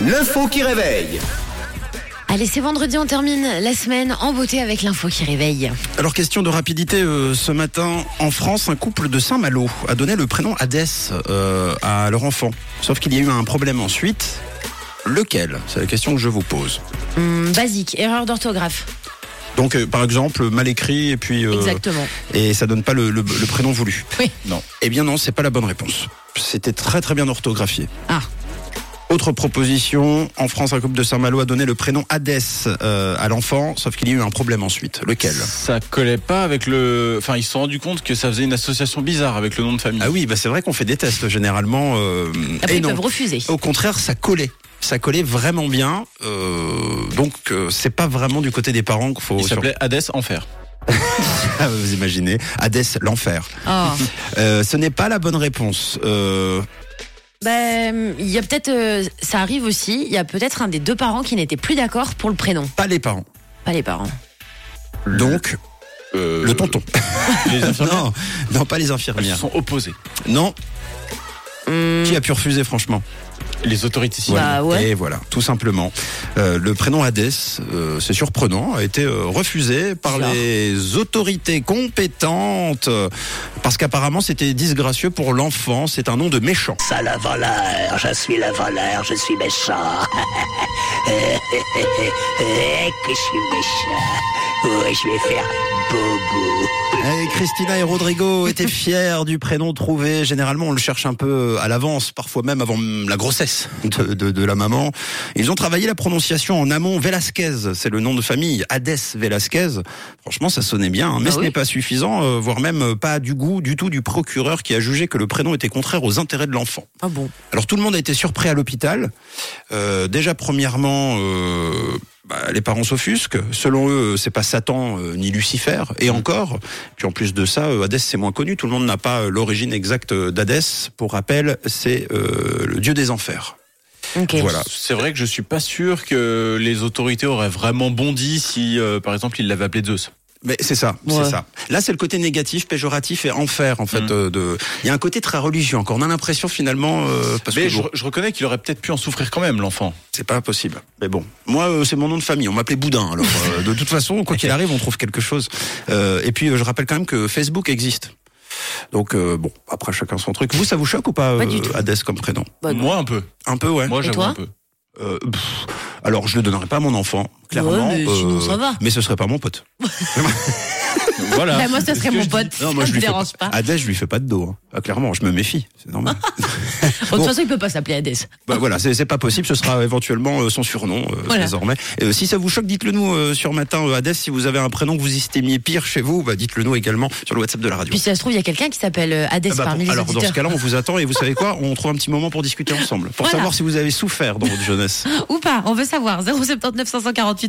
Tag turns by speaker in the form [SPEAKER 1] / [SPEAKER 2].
[SPEAKER 1] L'info qui réveille.
[SPEAKER 2] Allez, c'est vendredi, on termine la semaine en beauté avec l'info qui réveille.
[SPEAKER 3] Alors, question de rapidité euh, ce matin. En France, un couple de Saint-Malo a donné le prénom Hadès euh, à leur enfant. Sauf qu'il y a eu un problème ensuite. Lequel C'est la question que je vous pose.
[SPEAKER 2] Hum, basique, erreur d'orthographe.
[SPEAKER 3] Donc, euh, par exemple, mal écrit et puis. euh,
[SPEAKER 2] Exactement.
[SPEAKER 3] Et ça donne pas le, le- le prénom voulu.
[SPEAKER 2] Oui.
[SPEAKER 3] Non. Eh bien, non, c'est pas la bonne réponse. C'était très très bien orthographié.
[SPEAKER 2] Ah,
[SPEAKER 3] Autre proposition, en France, un couple de Saint-Malo a donné le prénom Hadès euh, à l'enfant, sauf qu'il y a eu un problème ensuite. Lequel
[SPEAKER 4] Ça collait pas avec le. Enfin, ils se sont rendus compte que ça faisait une association bizarre avec le nom de famille.
[SPEAKER 3] Ah oui, bah c'est vrai qu'on fait des tests généralement. euh,
[SPEAKER 2] après
[SPEAKER 3] et
[SPEAKER 2] ils
[SPEAKER 3] non.
[SPEAKER 2] peuvent refuser.
[SPEAKER 3] Au contraire, ça collait. Ça collait vraiment bien. euh, donc, euh, c'est pas vraiment du côté des parents qu'il faut.
[SPEAKER 4] Il s'appelait Hadès Enfer.
[SPEAKER 3] Ah, vous imaginez. Hadès, l'enfer.
[SPEAKER 2] Ah.
[SPEAKER 3] Euh, ce n'est pas la bonne réponse. Euh,
[SPEAKER 2] Ben, il y a peut-être, euh, ça arrive aussi, il y a peut-être un des deux parents qui n'était plus d'accord pour le prénom,
[SPEAKER 3] pas les parents.
[SPEAKER 2] pas les parents.
[SPEAKER 3] Donc,
[SPEAKER 4] Euh,
[SPEAKER 3] le tonton.
[SPEAKER 4] Les infirmières
[SPEAKER 3] Non, non, pas les
[SPEAKER 4] elles se
[SPEAKER 3] infirmières.
[SPEAKER 4] sont opposées.
[SPEAKER 3] Non,
[SPEAKER 2] Hum,
[SPEAKER 3] qui a pu refuser, franchement
[SPEAKER 4] Les autorités civiles.
[SPEAKER 2] Bah ouais.
[SPEAKER 3] Et voilà, tout simplement. Euh, le prénom Hadès, euh, c'est surprenant, a été euh, refusé par
[SPEAKER 2] Bizarre.
[SPEAKER 3] les autorités compétentes euh, parce qu'apparemment c'était disgracieux pour l'enfant. C'est un nom de méchant.
[SPEAKER 5] Ça le voleur, je suis le voleur, je suis méchant. Eh, que je suis méchant. Ouais, je vais faire bobo.
[SPEAKER 3] Et Christina et Rodrigo étaient fiers du prénom trouvé. Généralement, on le cherche un peu à l'avance, parfois même avant la grossesse de, de- de la maman. Ils ont travaillé la prononciation en amont. Velasquez, c'est le nom de famille. Hadès Velasquez. Franchement, ça sonnait bien, hein. mais
[SPEAKER 2] Ah
[SPEAKER 3] ce
[SPEAKER 2] oui.
[SPEAKER 3] n'est pas suffisant, euh, voire même euh, pas du goût du tout du procureur qui a jugé que le prénom était contraire aux intérêts de l'enfant.
[SPEAKER 2] ah bon.
[SPEAKER 3] Alors tout le monde a été surpris à l'hôpital. Euh, déjà premièrement, euh, bah, les parents s'offusquent. Selon eux, c'est pas Satan euh, ni Lucifer. Et encore, puis en plus de ça, euh, Hadès c'est moins connu. Tout le monde n'a pas euh, l'origine exacte euh, d'Hadès. Pour rappel, c'est euh, le dieu des enfers.
[SPEAKER 2] Ok.
[SPEAKER 3] Voilà.
[SPEAKER 4] C'est vrai que je suis pas sûr que les autorités auraient vraiment bondi si, euh, par exemple, ils l'avaient appelé Zeus.
[SPEAKER 3] Mais c'est ça,
[SPEAKER 2] Ouais.
[SPEAKER 3] c'est ça. Là, c'est le côté négatif, péjoratif et enfer en fait.
[SPEAKER 4] Mhm.
[SPEAKER 3] euh, de, il y a un côté très religieux. Encore, on a l'impression finalement euh, parce
[SPEAKER 4] Mais
[SPEAKER 3] que
[SPEAKER 4] je,
[SPEAKER 3] bon,
[SPEAKER 4] je reconnais qu'il aurait peut-être pu en souffrir quand même, l'enfant.
[SPEAKER 3] c'est pas possible. Mais bon, moi, euh, c'est mon nom de famille. On m'appelait Boudin. Alors, euh, de toute façon, quoi qu'il arrive, on trouve quelque chose. Euh, et puis, euh, je rappelle quand même que Facebook existe. Donc, euh, bon, après, chacun son truc. Vous, ça vous choque ou pas,
[SPEAKER 2] Pas du
[SPEAKER 3] euh,
[SPEAKER 2] tout.
[SPEAKER 3] Hadès comme prénom
[SPEAKER 2] Bah non.
[SPEAKER 4] Moi, un peu.
[SPEAKER 3] Un peu, ouais.
[SPEAKER 4] Moi, j'avoue
[SPEAKER 2] toi
[SPEAKER 4] un peu.
[SPEAKER 3] Euh, pff, alors, je le donnerai pas à mon enfant, clairement. euh,
[SPEAKER 2] Ouais, mais sinon, ça va.
[SPEAKER 3] mais ce serait pas mon pote.
[SPEAKER 4] voilà.
[SPEAKER 2] Bah, moi, ça
[SPEAKER 4] Est-ce
[SPEAKER 2] serait
[SPEAKER 4] que
[SPEAKER 2] mon
[SPEAKER 4] je dis-
[SPEAKER 2] pote.
[SPEAKER 3] Non, moi,
[SPEAKER 2] ça
[SPEAKER 3] je
[SPEAKER 2] me
[SPEAKER 3] lui fais
[SPEAKER 2] dérange pas.
[SPEAKER 3] Hadès, je lui fais pas de dos. hein. Ah, clairement, je me méfie. C'est normal.
[SPEAKER 2] Oh, De toute façon, il peut pas s'appeler Hadès.
[SPEAKER 3] Bah voilà, c'est c'est pas possible, ce sera éventuellement euh, son surnom euh,
[SPEAKER 2] Voilà.
[SPEAKER 3] désormais. Euh, si ça vous choque, dites-le nous euh, sur Matin euh, Hadès. Si vous avez un prénom que vous estimiez pire chez vous, bah, dites-le nous également sur le WhatsApp de la radio.
[SPEAKER 2] Puis si ça se trouve, il y a quelqu'un qui s'appelle euh, Hadès
[SPEAKER 3] Ah bah,
[SPEAKER 2] parmi
[SPEAKER 3] pour-
[SPEAKER 2] les
[SPEAKER 3] alors dans
[SPEAKER 2] auditeurs.
[SPEAKER 3] ce cas-là, on vous attend et vous savez quoi On trouve un petit moment pour discuter ensemble, pour
[SPEAKER 2] Voilà.
[SPEAKER 3] savoir si vous avez souffert dans votre jeunesse.
[SPEAKER 2] Ou pas, on veut savoir. 079 548